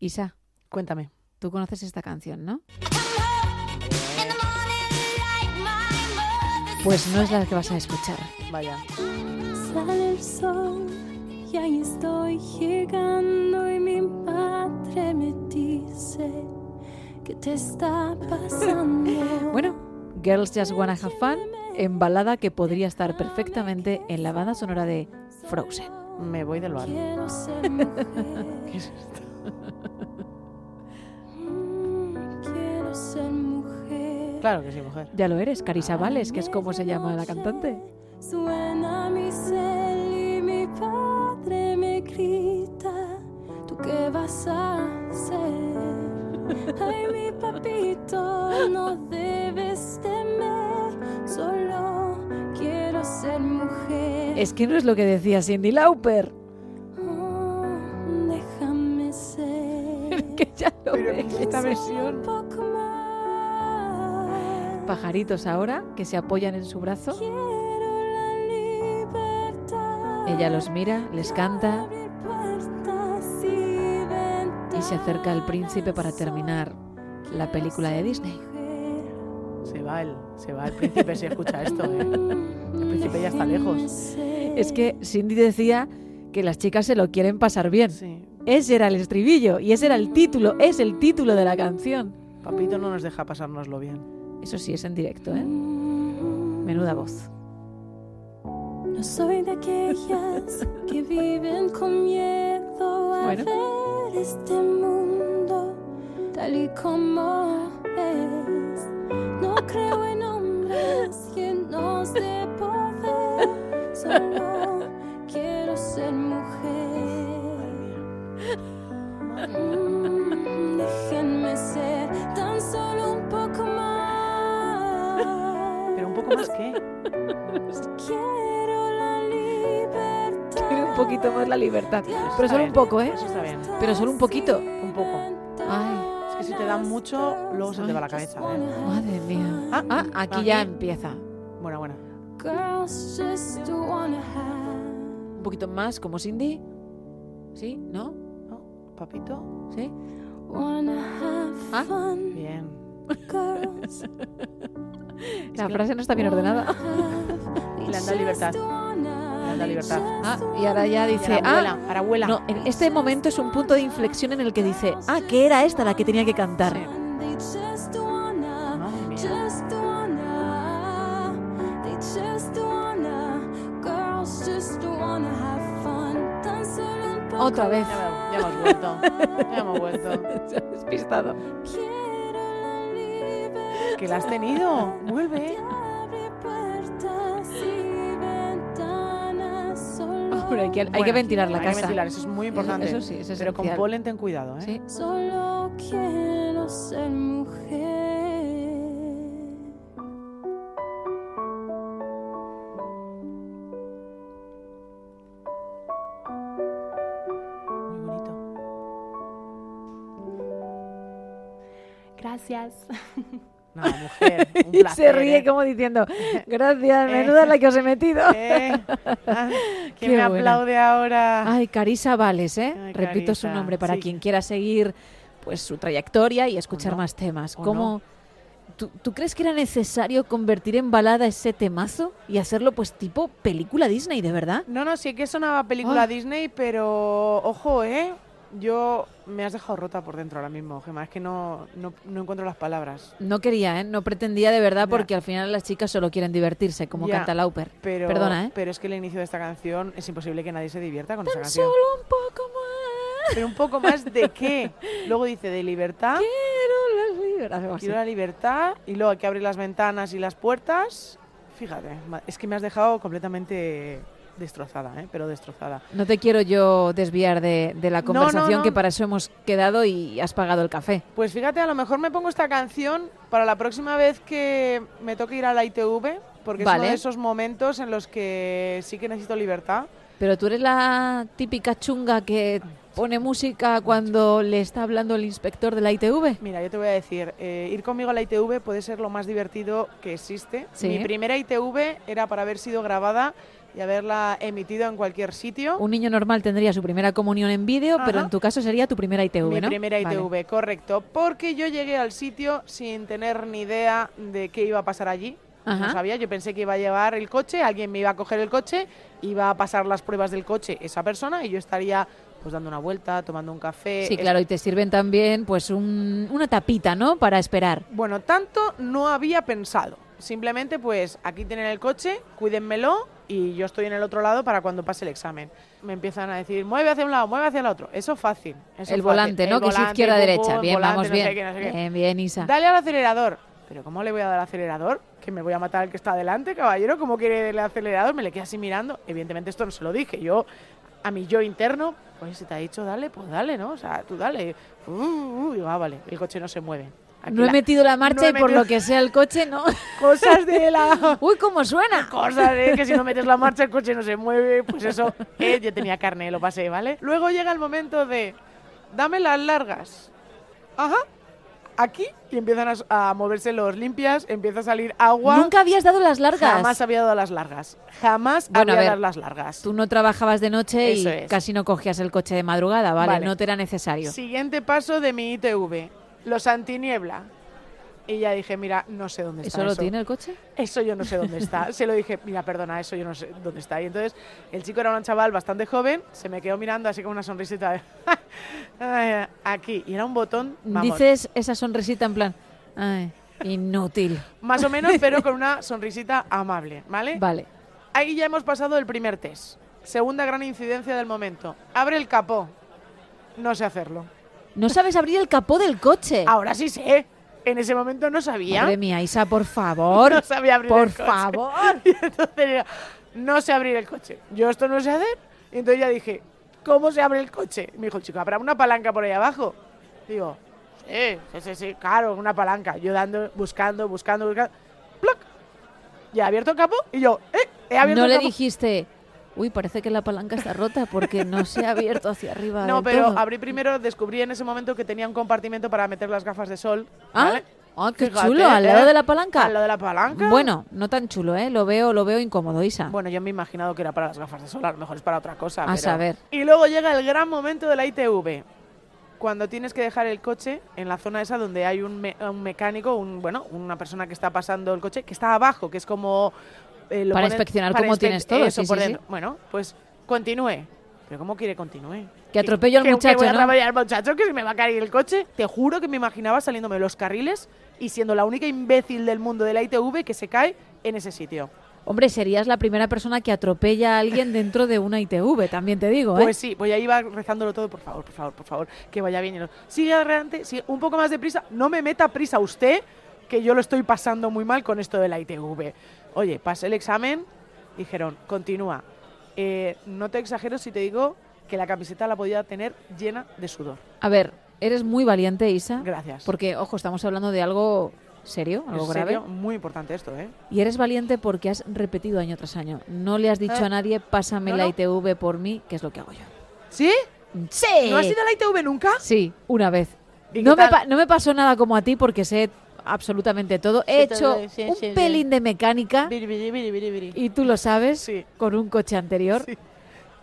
Isa, Cuéntame. tú conoces esta canción, ¿no? Pues no es la que vas a escuchar. Vaya. Sale el sol y ahí estoy llegando y mi madre me dice que te está pasando. Bueno, Girls Just Wanna Have Fun, en balada que podría estar perfectamente en la banda sonora de Frozen. Me voy del bar. Quiero ser mujer. ¿Qué es esto? Mm, Quiero ser mujer. Claro que sí, mujer. Ya lo eres, Carisa Vales, que es como se llama la cantante. Suena mi cel y mi padre me grita, ¿tú qué vas a hacer? Ay, mi papito, no debes temer, solo quiero ser mujer. Es que no es lo que decía Cindy Lauper. Oh, déjame ser Que ya lo ves. Esta versión. un poco más. Pajaritos ahora, que se apoyan en su brazo. Quiero la libertad. Ella los mira, les canta Abrir puertas y y se acerca al príncipe para terminar la película de Disney. ventajas. Se va el, se va el príncipe si escucha esto, ¿eh? El príncipe ya está lejos. Es que ¿eh? Cindy decía que las chicas se lo quieren pasar bien. Sí. Ese era el estribillo y ese era el título, es el título de la canción. Papito no nos deja pasárnoslo bien. Eso sí, es en directo, ¿eh? Menuda voz. No soy de aquellas que viven con miedo a Bueno. ver este mundo tal y como es. No creo en hombres llenos de poder, solo quiero ser mujer. Mm, Déjenme ser tan solo un poco más. Pero un poco más que. Quiero la libertad. Tiene un poquito más la libertad. Dios, Pero solo bien. un poco, ¿eh? Eso está bien. Pero solo un poquito. Un poco. Ay, Es que si te dan mucho, luego se te va la cabeza. ¿eh? madre mía. Ah, Ah, aquí ya empieza. Buena, buena. Girls just wanna have. Un poquito más, como Cindy. ¿Sí? ¿No? ¿No? Papito. ¿Sí? Wanna have Ah. fun. Bien. Girls. La frase no está bien ordenada. Le han dado libertad. Le han dado libertad. Ah, y ahora ya dice, Ahora ah, vuela, ahora vuela. no, en este momento es un punto de inflexión en el que dice, ah, que era esta la que tenía que cantar. And they just wanna. Madre mía. Just wanna, they just wanna, girls just wanna have fun. Tan solo un poco Otra vez. Ya, me- ya hemos vuelto. Ya hemos vuelto. Se ha despistado. Quiero la ¿Eh? libertad. Que la has tenido. Vuelve. Abre puertas y ventanas solo. Hombre, hay que, hay que Bueno, ventilar la hay casa. que ventilar, eso es muy importante. Eso sí, eso es Pero con esencial. polen ten cuidado, ¿eh? Sí. Solo quiero ser mujer. Muy bonito. Gracias. Nada, mujer, un Y placer. se ríe ¿eh? como diciendo, gracias, Eh. menuda la que os he metido. Eh, ah, que Qué me buena. aplaude ahora. Ay, Carisa Vales, ¿eh? Ay, Repito su Carisa, nombre para sí. quien quiera seguir pues su trayectoria y escuchar no, más temas. o ¿Cómo ¿tú, tú crees que era necesario convertir en balada ese temazo y hacerlo pues tipo película Disney, de verdad? No, no, sí que sonaba película Ah. Disney, pero ojo, ¿eh? Yo me has dejado rota por dentro ahora mismo, Gemma. Es que no, no, no encuentro las palabras. No quería, ¿eh? No pretendía de verdad Ya. porque al final las chicas solo quieren divertirse, como Ya. canta Lauper. Pero, Perdona, ¿eh? pero es que el inicio de esta canción es imposible que nadie se divierta con esa canción. Solo un poco más. Pero un poco más de qué. Luego dice de libertad, Quiero las libras, algo así. quiero la libertad, y luego hay que abrir las ventanas y las puertas. Fíjate, ma- es que me has dejado completamente destrozada, ¿eh? pero destrozada. No te quiero yo desviar de, de la No, no, conversación no. que para eso hemos quedado y has pagado el café. Pues fíjate, a lo mejor me pongo esta canción para la próxima vez que me toque ir a la ITV, porque es Vale. uno de esos momentos en los que sí que necesito libertad. Pero tú eres la típica chunga que pone música cuando le está hablando el inspector de la ITV. Mira, yo te voy a decir, eh, ir conmigo a la ITV puede ser lo más divertido que existe. Sí. Mi primera ITV era para haber sido grabada y haberla emitido en cualquier sitio. Un niño normal tendría su primera comunión en vídeo, pero Ajá. en tu caso sería tu primera ITV, Mi ¿no? primera Vale. ITV, correcto. Porque yo llegué al sitio sin tener ni idea de qué iba a pasar allí. Ajá. No sabía, yo pensé que iba a llevar el coche, alguien me iba a coger el coche, iba a pasar las pruebas del coche esa persona y yo estaría pues dando una vuelta, tomando un café. Sí, es- claro, y te sirven también pues un- una tapita, ¿no? Para esperar. Bueno, tanto no había pensado. Simplemente pues aquí tienen el coche, cuídenmelo y yo estoy en el otro lado para cuando pase el examen. Me empiezan a decir, mueve hacia un lado, mueve hacia el otro. Eso fácil. eso el fácil. volante, ¿no? El que es volante, izquierda, pum, derecha. pum, Bien, volante, vamos no bien. Eh, sé qué, no sé qué. Bien, bien, Isa. Dale al acelerador. Pero ¿cómo le voy a dar al acelerador? Que me voy a matar al que está adelante, caballero. ¿Cómo quiere el acelerador? Me le quedé así mirando. Evidentemente esto no se lo dije. Yo, a mi yo interno, pues si te ha dicho dale, pues dale, ¿no? O sea, tú dale. Uh, uh, y digo, ah, vale, el coche no se mueve. Aquí No he la- metido la marcha he y por metido- lo que sea el coche, no. Cosas de la... Uy, cómo suena. Cosas de que si no metes la marcha el coche no se mueve. Pues eso, eh, yo tenía carne, lo pasé, ¿vale? Luego llega el momento de, dame las largas. Ajá. Aquí y empiezan a s- a, moverse los limpias, empieza a salir agua. Nunca habías dado las largas. Jamás había dado las largas. Jamás Bueno, a ver, había dado las largas. Tú no trabajabas de noche y Eso es. casi no cogías el coche de madrugada, ¿vale? Vale. No te era necesario. Siguiente paso de mi ITV, los antiniebla. Y ya dije, mira, no sé dónde está ¿Eso lo tiene el coche? Eso yo no sé dónde está. Se lo dije, mira, perdona, eso yo no sé dónde está. Y entonces el chico era un chaval bastante joven, se me quedó mirando así con una sonrisita de, "Ay, aquí. Y era un botón, vamos, Dices esa sonrisita en plan, "Ay, inútil. más o menos, pero con una sonrisita amable, ¿vale? Vale. Ahí ya hemos pasado el primer test. Segunda gran incidencia del momento. Abre el capó. No sé hacerlo. No sabes abrir el capó del coche. Ahora sí sé. En ese momento no sabía. Madre mía, Isa, por favor. no sabía abrir por el coche. favor. Y entonces era, no sé abrir el coche. Yo esto no sé hacer. Y entonces ya dije, ¿cómo se abre el coche? Y me dijo, chico, ¿habrá una palanca por ahí abajo? Digo, sí, sí, sí, sí, claro, una palanca. Yo dando, buscando, buscando, buscando. ¡Ploc! Ya he abierto el capó y yo, ¡eh! He abierto No el le capó. dijiste, uy, parece que la palanca está rota porque no se ha abierto hacia arriba. No, del pero todo". abrí primero, descubrí en ese momento que tenía un compartimento para meter las gafas de sol. Ah, ¿vale? ah, qué Fíjate, chulo, al lado ¿eh? de la palanca. Al lado de la palanca. Bueno, no tan chulo, ¿eh? Lo veo, lo veo incómodo, Isa. Bueno, yo me he imaginado que era para las gafas de sol, a lo mejor es para otra cosa. A pero- saber. Y luego llega el gran momento de la ITV. Cuando tienes que dejar el coche en la zona esa donde hay un, me- un mecánico, un bueno, una persona que está pasando el coche, que está abajo, que es como... eh, lo Para ponen- inspeccionar cómo tienes todo, eso sí, por sí, dentro. Bueno, pues continúe. ¿Pero cómo quiere continúe? Que atropello al que- que muchacho, voy a ¿no? atropellar al muchacho, que se me va a caer el coche. Te juro que me imaginaba saliéndome de los carriles y siendo la única imbécil del mundo de la ITV que se cae en ese sitio. Hombre, serías la primera persona que atropella a alguien dentro de una ITV, también te digo, ¿eh? Pues sí, voy a ir rezándolo todo, por favor, por favor, por favor, que vaya bien. y no- Sigue adelante, sigue un poco más de prisa, no me meta prisa usted, que yo lo estoy pasando muy mal con esto de la ITV. Oye, pasé el examen, dijeron, continúa. Eh, no te exagero si te digo que la camiseta la podía tener llena de sudor. A ver, eres muy valiente, Isa. Gracias. Porque, ojo, estamos hablando de algo serio, algo ¿En grave. serio? Muy importante esto, ¿eh? Y eres valiente porque has repetido año tras año. No le has dicho Ah. a nadie, pásame No, la no. ITV por mí, que es lo que hago yo. ¿Sí? ¡Sí! ¿No has ido a la ITV nunca? Sí, una vez. ¿Y qué No me, tal? pa- no me pasó nada como a ti porque sé absolutamente todo. He Sí, hecho todo, sí, un sí, sí. pelín de mecánica Biri, biri, biri, biri, biri. y tú lo sabes Sí. con un coche anterior, Sí.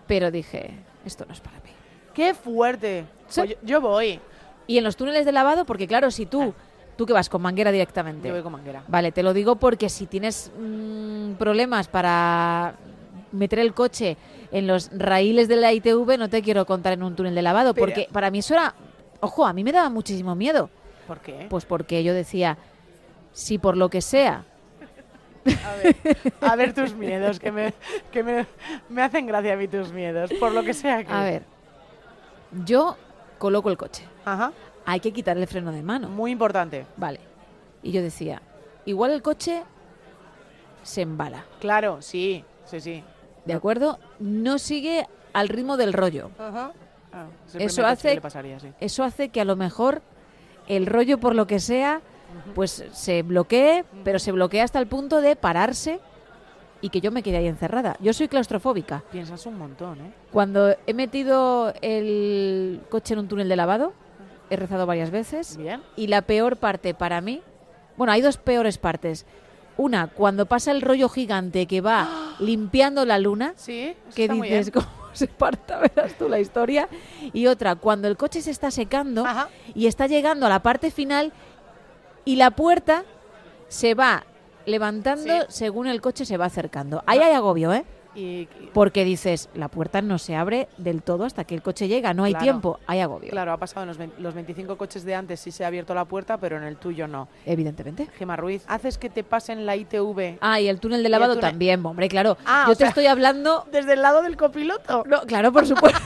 pero dije, esto no es para mí. ¡Qué fuerte! Sí. Pues yo, yo voy. Y en los túneles de lavado, porque claro, si tú, tú que vas con manguera Yo voy directamente. con manguera. Vale, te lo digo porque si tienes mm, problemas para meter el coche en los raíles de la ITV, no te quiero contar en un túnel de lavado, Pero- porque para mí eso era, ojo, a mí me daba muchísimo miedo. ¿Por qué? Pues porque yo decía, si por lo que sea, A ver, a ver tus miedos, que, me, que me, me hacen gracia a mí tus miedos, por lo que sea que... a ver, yo coloco el coche, Ajá, hay que quitar el freno de mano, muy importante. vale. Y yo decía, igual el coche se embala, Claro, sí, sí, sí. ¿de acuerdo? No sigue al ritmo del rollo. Ajá. Ah, es el Eso primer coche hace- que le pasaría, sí. Eso hace que a lo mejor el rollo por lo que sea, pues se bloquee, pero se bloquea hasta el punto de pararse y que yo me quede ahí encerrada. Yo soy claustrofóbica. Piensas un montón, ¿eh? Cuando he metido el coche en un túnel de lavado, he rezado varias veces. Bien. Y la peor parte para mí, bueno, hay dos peores partes. Una, cuando pasa el rollo gigante que va limpiando la luna, Sí, eso que está muy dices, bien. ¿cómo se parta? Verás tú la historia. Y otra, cuando el coche se está secando Ajá. y está llegando a la parte final y la puerta se va levantando Sí. Ah. según el coche se va acercando. Ahí hay agobio, ¿eh? Y, y- Porque dices, la puerta no se abre del todo hasta que el coche llega, no hay Claro. tiempo, hay agobio, claro, ha pasado en los, vein- los 25 coches de antes, sí se ha abierto la puerta, pero en el tuyo no. evidentemente. Gemma Ruiz, ¿haces que te pasen la ITV Ah, y el túnel de el lavado túnel. también, hombre, claro. Ah, Yo o te sea- estoy hablando... desde el lado del copiloto? No, claro, por supuesto,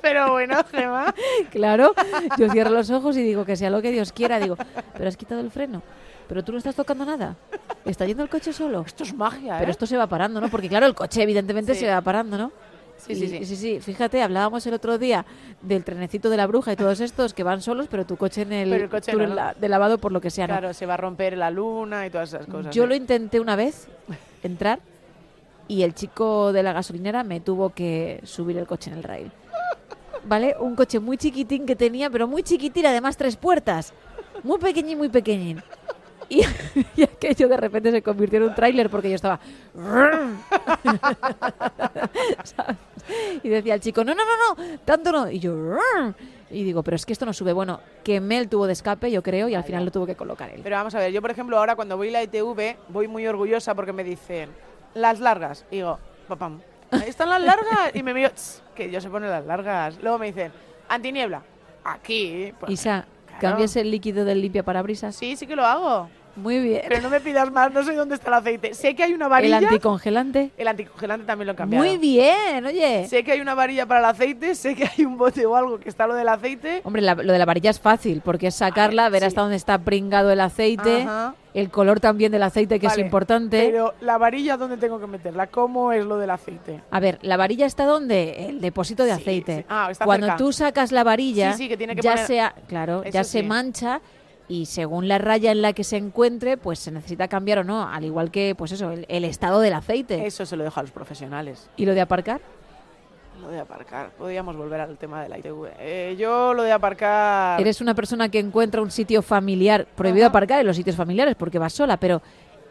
Pero bueno, Gemma. claro. Yo cierro los ojos y digo que sea lo que Dios quiera. Digo, pero has quitado el freno, pero tú no estás tocando nada. Está yendo el coche solo. Esto es magia, ¿eh? Pero esto se va parando, ¿no? Porque claro, el coche evidentemente Sí. se va parando, ¿no? Sí, Y- sí, sí. sí, Fíjate, hablábamos el otro día del trenecito de la bruja y todos estos que van solos, pero tu coche en el, Pero el coche túnel no, ¿no? la- de lavado por lo que sea. ¿no? Claro, se va a romper la luna y todas esas cosas. Yo ¿eh? lo intenté una vez entrar y el chico de la gasolinera me tuvo que subir el coche en el rail. ¿Vale? Un coche muy chiquitín que tenía, pero muy chiquitín, además tres puertas. Muy pequeñín, muy pequeñín. Y, y aquello de repente se convirtió en un tráiler porque yo estaba... ¿Sabes? y decía el chico, no, no, no, no, tanto no. Y yo... Y digo, pero es que esto no sube. Bueno, quemé el tubo de escape, yo creo, y al final lo tuvo que colocar él. Pero vamos a ver, yo por ejemplo ahora cuando voy a la ITV voy muy orgullosa porque me dicen las largas. Y digo, papam, ahí están las largas. Y me miro, "Tss, que yo se pone las largas. Luego me dicen, antiniebla, aquí. Pues, Isa, claro. ¿cambias el líquido del limpia parabrisas? Sí, sí que lo hago. Muy bien. Pero no me pidas más, no sé dónde está el aceite. Sé que hay una el varilla. anticongelante. el anticongelante también lo he cambiado. Muy bien, oye. Sé que hay una varilla para el aceite, sé que hay un bote o algo que está lo del aceite. Hombre, la- lo de la varilla es fácil, porque es sacarla, ver sí. hasta dónde está pringado el aceite, Ajá. el color también del aceite, que Vale, es importante. Pero la varilla, ¿dónde tengo que meterla? ¿Cómo es lo del aceite? A ver, ¿la varilla está dónde? El depósito de Sí, aceite. sí. Ah, está Cuando cerca. tú sacas la varilla, Sí, sí, que tiene que ya poner- sea, claro, ya Eso se sí. mancha y según la raya en la que se encuentre, pues se necesita cambiar o no, al igual que, pues eso, el, el estado del aceite. Eso se lo dejo a los profesionales. ¿Y lo de aparcar? Lo de aparcar. Podríamos volver al tema de la ITV. Eh, yo lo de aparcar. Eres una persona que encuentra un sitio familiar, prohibido Ajá. aparcar en los sitios familiares porque vas sola, pero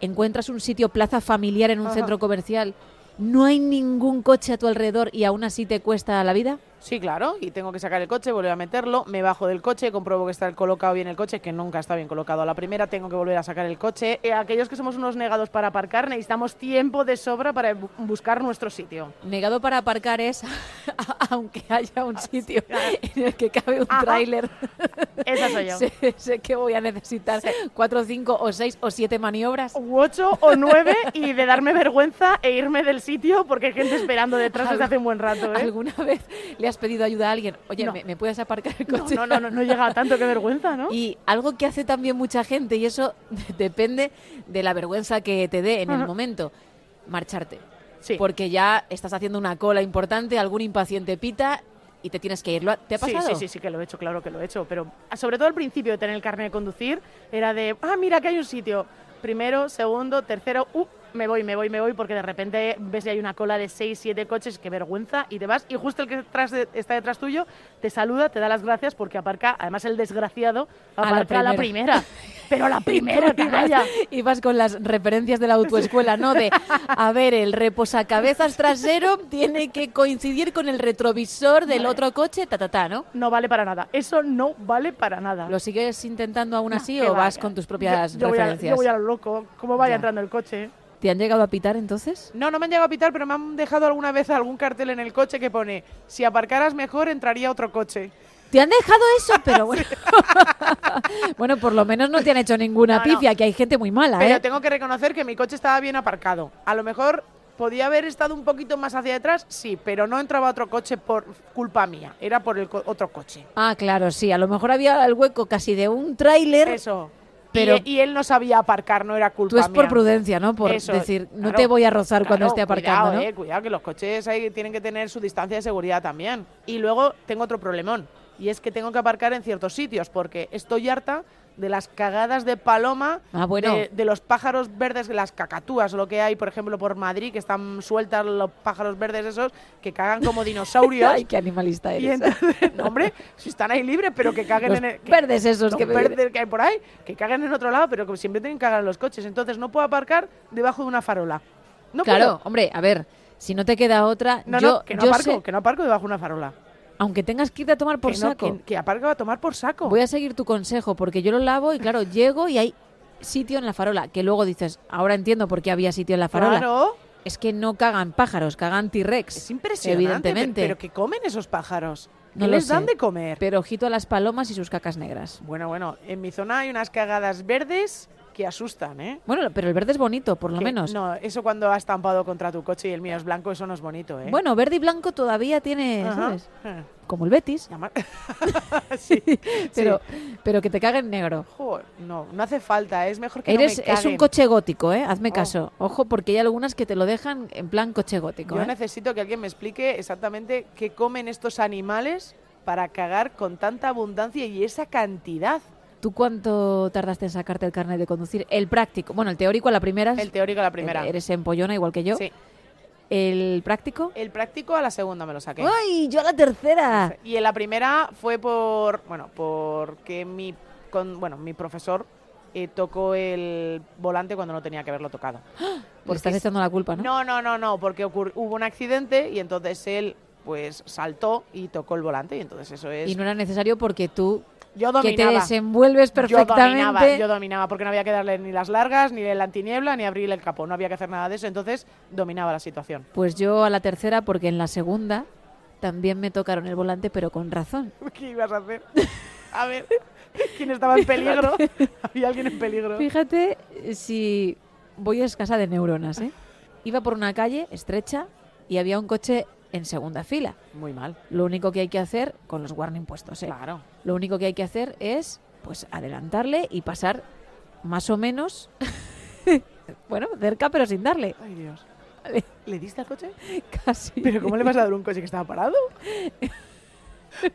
encuentras un sitio plaza familiar en un Ajá. centro comercial, no hay ningún coche a tu alrededor y aún así te cuesta la vida. Sí, claro. Y tengo que sacar el coche, volver a meterlo. Me bajo del coche, compruebo que está colocado bien el coche, que nunca está bien colocado a la primera. Tengo que volver a sacar el coche. Eh, aquellos que somos unos negados para aparcar, necesitamos tiempo de sobra para bu- buscar nuestro sitio. Negado para aparcar es aunque haya un sitio en el que cabe un Ah, Ajá. tráiler. Esa soy yo. Sé, sé que voy a necesitar cuatro, cinco o seis o siete maniobras. U ocho o nueve y de darme vergüenza e irme del sitio porque hay gente esperando detrás desde hace un buen rato. ¿eh? ¿Alguna vez le has pedido ayuda a alguien? Oye, No. ¿me, me puedes aparcar el No, coche? no, no, no, no llega a tanto, qué vergüenza, ¿no? Y algo que hace también mucha gente, y eso depende de la vergüenza que te dé en el Ajá. momento, marcharte. Sí. Porque ya estás haciendo una cola importante, algún impaciente pita y te tienes que ir. ¿Lo ha- ¿Te ha Sí, pasado? Sí, sí, sí, que lo he hecho, claro que lo he hecho. Pero ah, sobre todo al principio de tener el carnet de conducir, era de, ah, mira que hay un sitio. Primero, segundo, tercero, uh, me voy, me voy, me voy, porque de repente ves que hay una cola de 6, 7 coches, qué vergüenza, y te vas, y justo el que tras de- está detrás tuyo te saluda, te da las gracias, porque aparca, además el desgraciado A la aparca a la primera. pero a la primera, canalla. Y vas con las referencias de la autoescuela, ¿no? De, a ver, el reposacabezas trasero tiene que coincidir con el retrovisor del otro coche, ta, ta, ta, ¿no? No vale para nada, eso no vale para nada. ¿Lo sigues intentando aún así Que o vas vaya. con tus propias yo, yo voy a- referencias? yo voy a lo loco, cómo vaya Ya. entrando el coche. ¿Te han llegado a pitar entonces? No, no me han llegado a pitar, pero me han dejado alguna vez algún cartel en el coche que pone, si aparcaras mejor entraría otro coche. Te han dejado eso, pero bueno. bueno, por lo menos no te han hecho ninguna No, no. pifia, que hay gente muy mala, Pero ¿eh? tengo que reconocer que mi coche estaba bien aparcado. A lo mejor podía haber estado un poquito más hacia detrás, sí, pero no entraba otro coche por culpa mía, era por el co- otro coche. Ah, claro, sí. A lo mejor había el hueco casi de un tráiler. Eso. Pero- y, y él no sabía aparcar, no era culpa Tú es por mía. prudencia, ¿no? Por Eso, decir, no claro, te voy a rozar cuando claro, esté aparcando, cuidado, ¿no? eh, cuidado, que los coches ahí tienen que tener su distancia de seguridad también. Y luego tengo otro problemón, y es que tengo que aparcar en ciertos sitios, porque estoy harta de las cagadas de paloma, Ah, bueno. de, de los pájaros verdes, las cacatúas, lo que hay, por ejemplo, por Madrid, que están sueltas los pájaros verdes esos, que cagan como dinosaurios. Ay, qué animalista y eres. entonces, no, hombre, si están ahí libres, pero que caguen Los en el... que- verdes esos los que me- verdes que hay por ahí, que caguen en otro lado, pero que siempre tienen que cagar en los coches. Entonces no puedo aparcar debajo de una farola. No claro, puedo. hombre, a ver, si no te queda otra, No, yo, no, que no yo aparco, sé- que no aparco debajo de una farola. aunque tengas que irte a tomar por que, no, saco, que- que aparco a tomar por saco. voy a seguir tu consejo porque yo lo lavo y claro, llego y hay sitio en la farola, que luego dices, ahora entiendo por qué había sitio en la farola. Claro, Es que no cagan pájaros, cagan T-Rex. es impresionante. Evidentemente. pe- Pero, que comen esos pájaros. No No lo les dan sé. de comer. Pero ojito a las palomas y sus cacas negras. Bueno, bueno, en mi zona hay unas cagadas verdes que asustan, ¿eh? Bueno, pero el verde es bonito, por lo Que- menos. No, eso cuando has estampado contra tu coche y el mío es blanco, eso no es bonito, ¿eh? Bueno, verde y blanco todavía tiene, Ajá. ¿sabes? Eh, Como el Betis, llamar- sí, pero, pero pero que te caguen negro. no, no hace falta, es mejor que Eres, no me es un caguen. coche gótico, ¿eh? Hazme Oh. caso. Ojo, porque hay algunas que te lo dejan en plan coche gótico. Yo ¿eh? necesito que alguien me explique exactamente qué comen estos animales para cagar con tanta abundancia y esa cantidad. ¿Tú cuánto tardaste en sacarte el carnet de conducir? El práctico. Bueno, el teórico a la primera. E-, El teórico a la primera. Eres empollona igual que yo. Sí. El práctico. El práctico a la segunda me lo saqué. ¡Ay! Yo a la tercera. Y en la primera fue por, bueno, porque mi, con, bueno, mi profesor eh, tocó el volante cuando no tenía que haberlo tocado. Porque Porque estás es- echando la culpa, Ah, ¿no? No, no, no, no, porque ocur- hubo un accidente y entonces él pues saltó y tocó el volante y entonces eso es... Y no era necesario porque tú, yo que te dominaba. desenvuelves Yo perfectamente. dominaba, yo dominaba, porque no había que darle ni las largas, ni el antiniebla, ni abrir el capó. No había que hacer nada de eso, entonces dominaba la situación. Pues yo a la tercera, porque en la segunda también me tocaron el volante, pero con razón. ¿Qué ibas a hacer? A ver, ¿quién estaba en peligro? Había alguien en peligro. Fíjate si voy escasa de neuronas, ¿eh? Iba por una calle estrecha y había un coche en segunda fila. Muy mal, Lo único que hay que hacer, con los warning puestos, ¿eh? claro. Lo único que hay que hacer es, pues, adelantarle y pasar más o menos, bueno, cerca pero sin darle, Ay, Dios. Vale. ¿Le diste al coche? casi. ¿Pero cómo le vas a dar un coche que estaba parado?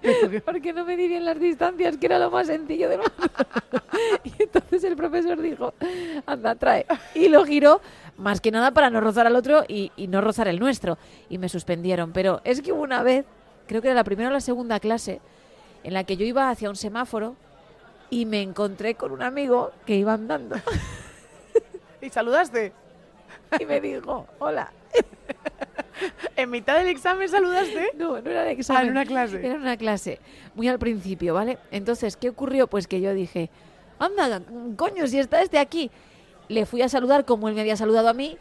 Pero que- porque no me di bien las distancias, que era lo más sencillo del mundo. y entonces el profesor dijo, anda, trae. Y lo giró, más que nada para no rozar al otro y, y no rozar el nuestro. Y me suspendieron. Pero es que hubo una vez, creo que era la primera o la segunda clase, en la que yo iba hacia un semáforo y me encontré con un amigo que iba andando ¿Y saludaste? y me dijo, hola. ¿En mitad del examen saludaste? No, no era de Ah, examen. en una clase. Era una clase, muy al principio, ¿vale? Entonces, ¿qué ocurrió? Pues que yo dije, anda, coño, si está este aquí. Le fui a saludar como él me había saludado a mí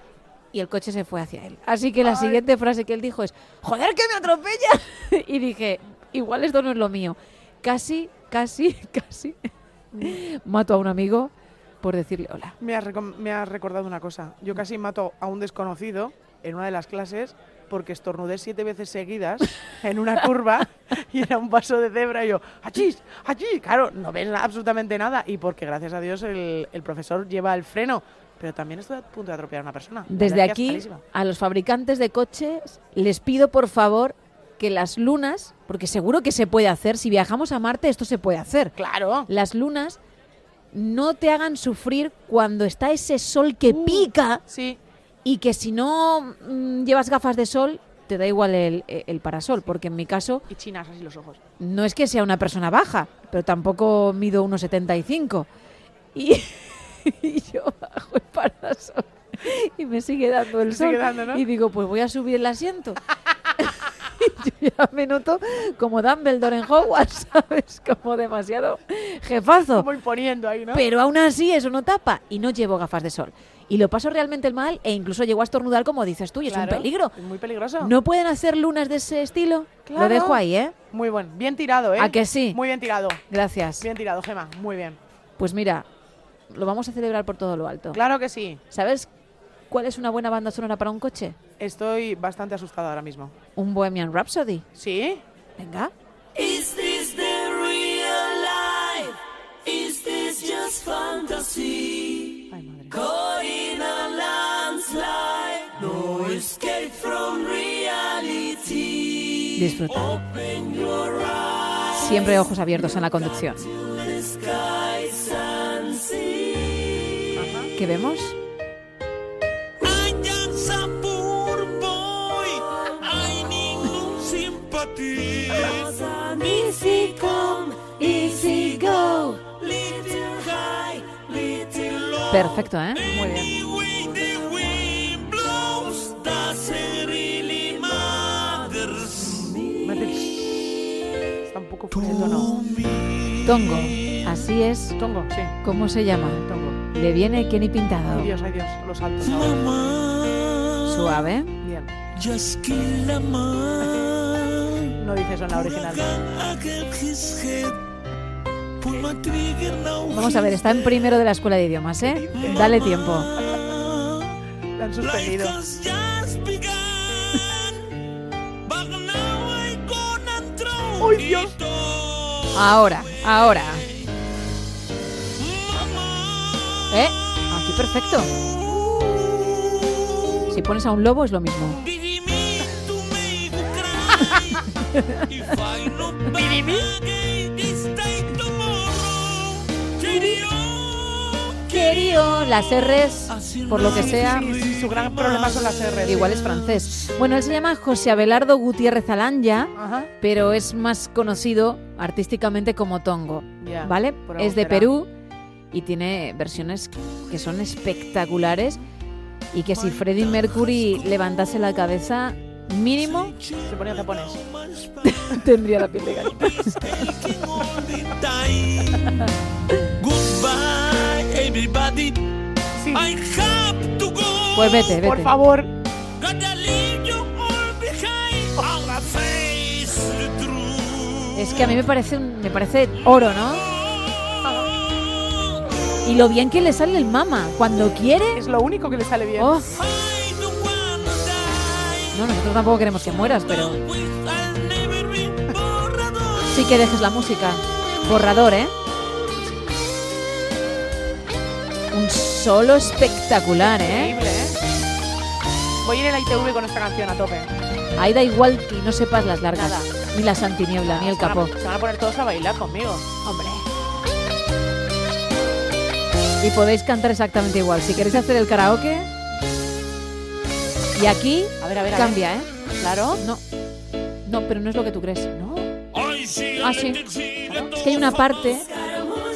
y el coche se fue hacia él. Así que la Ay. siguiente frase que él dijo es, joder, que me atropella. y dije, igual esto no es lo mío. Casi, casi, casi Mm. mato a un amigo por decirle hola. Me has, recom- me has recordado una cosa. Yo casi mato a un desconocido en una de las clases porque estornudé siete veces seguidas en una curva y era un paso de cebra y yo, ¡achis! ¡achis! Claro, no ves na- absolutamente nada y porque gracias a Dios el, el profesor lleva el freno. Pero también estoy a punto de atropellar a una persona. La Desde alergia es aquí, malísima. a los fabricantes de coches, les pido por favor que las lunas, porque seguro que se puede hacer, si viajamos a Marte esto se puede hacer, Claro. las lunas no te hagan sufrir cuando está ese sol que Uh. pica Sí, y que si no mm, llevas gafas de sol, te da igual el, el parasol, porque en mi caso y chinas así los ojos. no es que sea una persona baja, pero tampoco mido 1,75. Y, y yo bajo el parasol y me sigue dando el Te sigue sol. dando, ¿no? Y digo, pues voy a subir el asiento. Y yo ya me noto como Dumbledore en Hogwarts, ¿sabes? Como demasiado jefazo. Como imponiendo ahí, ¿no? Pero aún así eso no tapa y no llevo gafas de sol. Y lo paso realmente mal e incluso llego a estornudar como dices tú y es Claro, un peligro. Es muy peligroso. ¿No pueden hacer lunas de ese estilo? Lo Claro. dejo ahí, ¿eh? Muy buen. Bien tirado, ¿eh? ¿A que sí? Muy bien tirado. Gracias. Bien tirado, Gema. Muy bien. Pues mira, lo vamos a celebrar por todo lo alto. Claro que sí. ¿Sabes cuál es una buena banda sonora para un coche? Estoy bastante asustada ahora mismo. Un Bohemian Rhapsody. ¿Sí? Venga. Is this the real life? Is this just fantasy? Ay, madre. Caught in a landslide, no escape from reality. Disfruta. Open your eyes Siempre ojos abiertos en la conducción. to the skies. ¿Qué vemos? Anyansa por boy, hay ningún simpatía. Easy come, easy go. Little high, little low. Perfecto, ¿eh? Muy bien. Anyway the wind blows, doesn't really matter. Mate- Está un poco fuerte el tono. Tongo. Así es Tongo, sí, como se llama. tongo. Le viene Kenny pintado. Ay Dios, ay Dios, los altos ahora. Mamá, Suave. Bien. just kill a man. No dice eso en la original. Vamos a ver, está en primero de la escuela de idiomas, ¿eh? Dale tiempo. La han suspendido. ¡Ay, Dios! Ahora, ahora. ¿Eh? Aquí perfecto. Uh. Si pones a un lobo es lo mismo. Querido, las R's, por lo que sea, Sí, su gran problema son las R's. igual es francés. Bueno, él se llama José Abelardo Gutiérrez Alanya, Ajá. pero es más conocido artísticamente como Tongo. Ya, ¿Vale? por algo Es de será. Perú y tiene versiones que son espectaculares y que si Freddie Mercury levantase la cabeza, mínimo Se ponía tapones. tendría la piel de gallina. Goodbye, everybody. Sí. I have to go. Pues vete, vete. Por favor. Gotta leave you all behind. I'll face the truth. Es que a mí me parece, un- me parece oro, Oh, ¿no? Y lo bien que le sale el mama. Cuando quiere. Es lo único que le sale bien. ¡Oh! I don't wanna die. No, nosotros tampoco queremos que mueras, pero Wish I'll never be borrador. sí que dejes la música. Borrador, ¿eh? Un solo espectacular, ¿eh? Increíble, ¿eh? Voy a ir en la ITV con esta canción a tope. Ahí da igual que no sepas las largas. Nada. Ni la Santiniebla, ni el Se van a- capó. Se van a poner todos a bailar conmigo. Hombre. Y podéis cantar exactamente igual. Si queréis hacer el karaoke. Y aquí A ver, a ver, a ver. cambia, ¿eh? Claro. No. No, pero no es lo que tú crees. No. Hoy sí, Ah, le sí. exige Es que hay una parte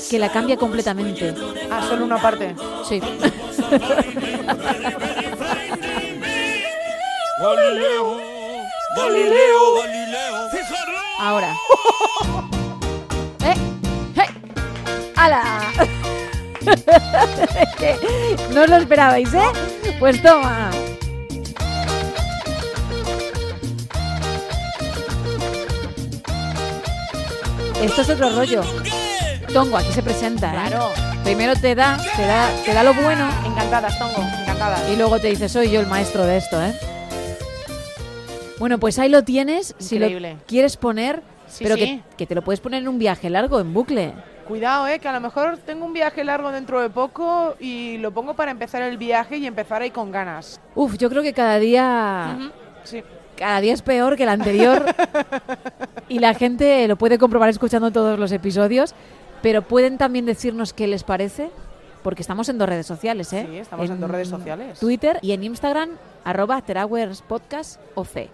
que la cambia completamente. Ah, solo una parte. Sí. Galileo, Galileo, Galileo. Fíjate. Ahora. ¡Eh! ¡Eh! ¡Hala! no os lo esperabais, ¿eh? Pues toma. Esto es otro rollo. Tongo aquí se presenta, ¿eh? Claro. Primero te da, te da, te da lo bueno Encantadas, Tongo. Encantadas. y luego te dice, soy yo el maestro de esto, ¿eh? Bueno, pues ahí lo tienes. Si Increíble. lo quieres poner, Sí, pero sí. Que, que te lo puedes poner en un viaje largo, en bucle. Cuidado, eh, que a lo mejor tengo un viaje largo dentro de poco y lo pongo para empezar el viaje y empezar ahí con ganas. Uf, yo creo que cada día, Ujú. Ah. Sí. cada día es peor que el anterior. y la gente lo puede comprobar escuchando todos los episodios. Pero pueden también decirnos qué les parece, porque estamos en dos redes sociales, ¿eh? Sí, estamos en dos redes sociales. Twitter y en Instagram, arroba Terawares Podcast OC.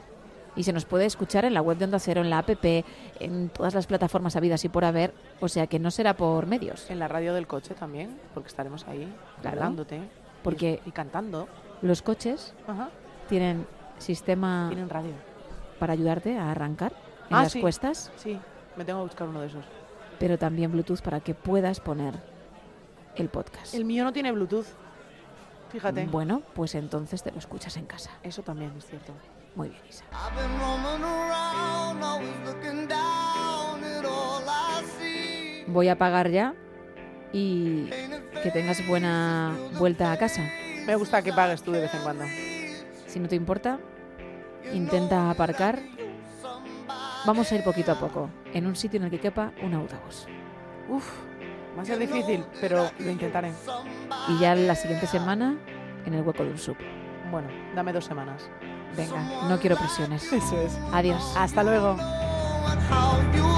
Y se nos puede escuchar en la web de Onda Cero, en la app, en todas las plataformas habidas y por haber. O sea que no será por medios. En la radio del coche también, porque estaremos ahí Claro. hablándote y- Porque- y, cantando. Los coches Ajá. tienen sistema Ah. Tienen radio. para ayudarte a arrancar en Ah, las sí. cuestas, Sí, me tengo que buscar uno de esos. pero también Bluetooth para que puedas poner el podcast. El mío no tiene Bluetooth. Fíjate. Bueno, pues entonces te lo escuchas en casa. Eso también es cierto. Muy bien, Isa. I've been roaming around, always looking down at all I see. Voy a pagar ya y que tengas buena vuelta a casa. Me gusta que pagues tú de vez en cuando. Si no te importa, intenta aparcar. Vamos a ir poquito a poco, en un sitio en el que quepa un autobús. Uf, va a ser difícil, pero lo intentaré. Y ya la siguiente semana, en el hueco de un sub. Bueno, dame dos semanas. Venga, no quiero presiones. Eso es. Adiós. Hasta luego. Oh, and how you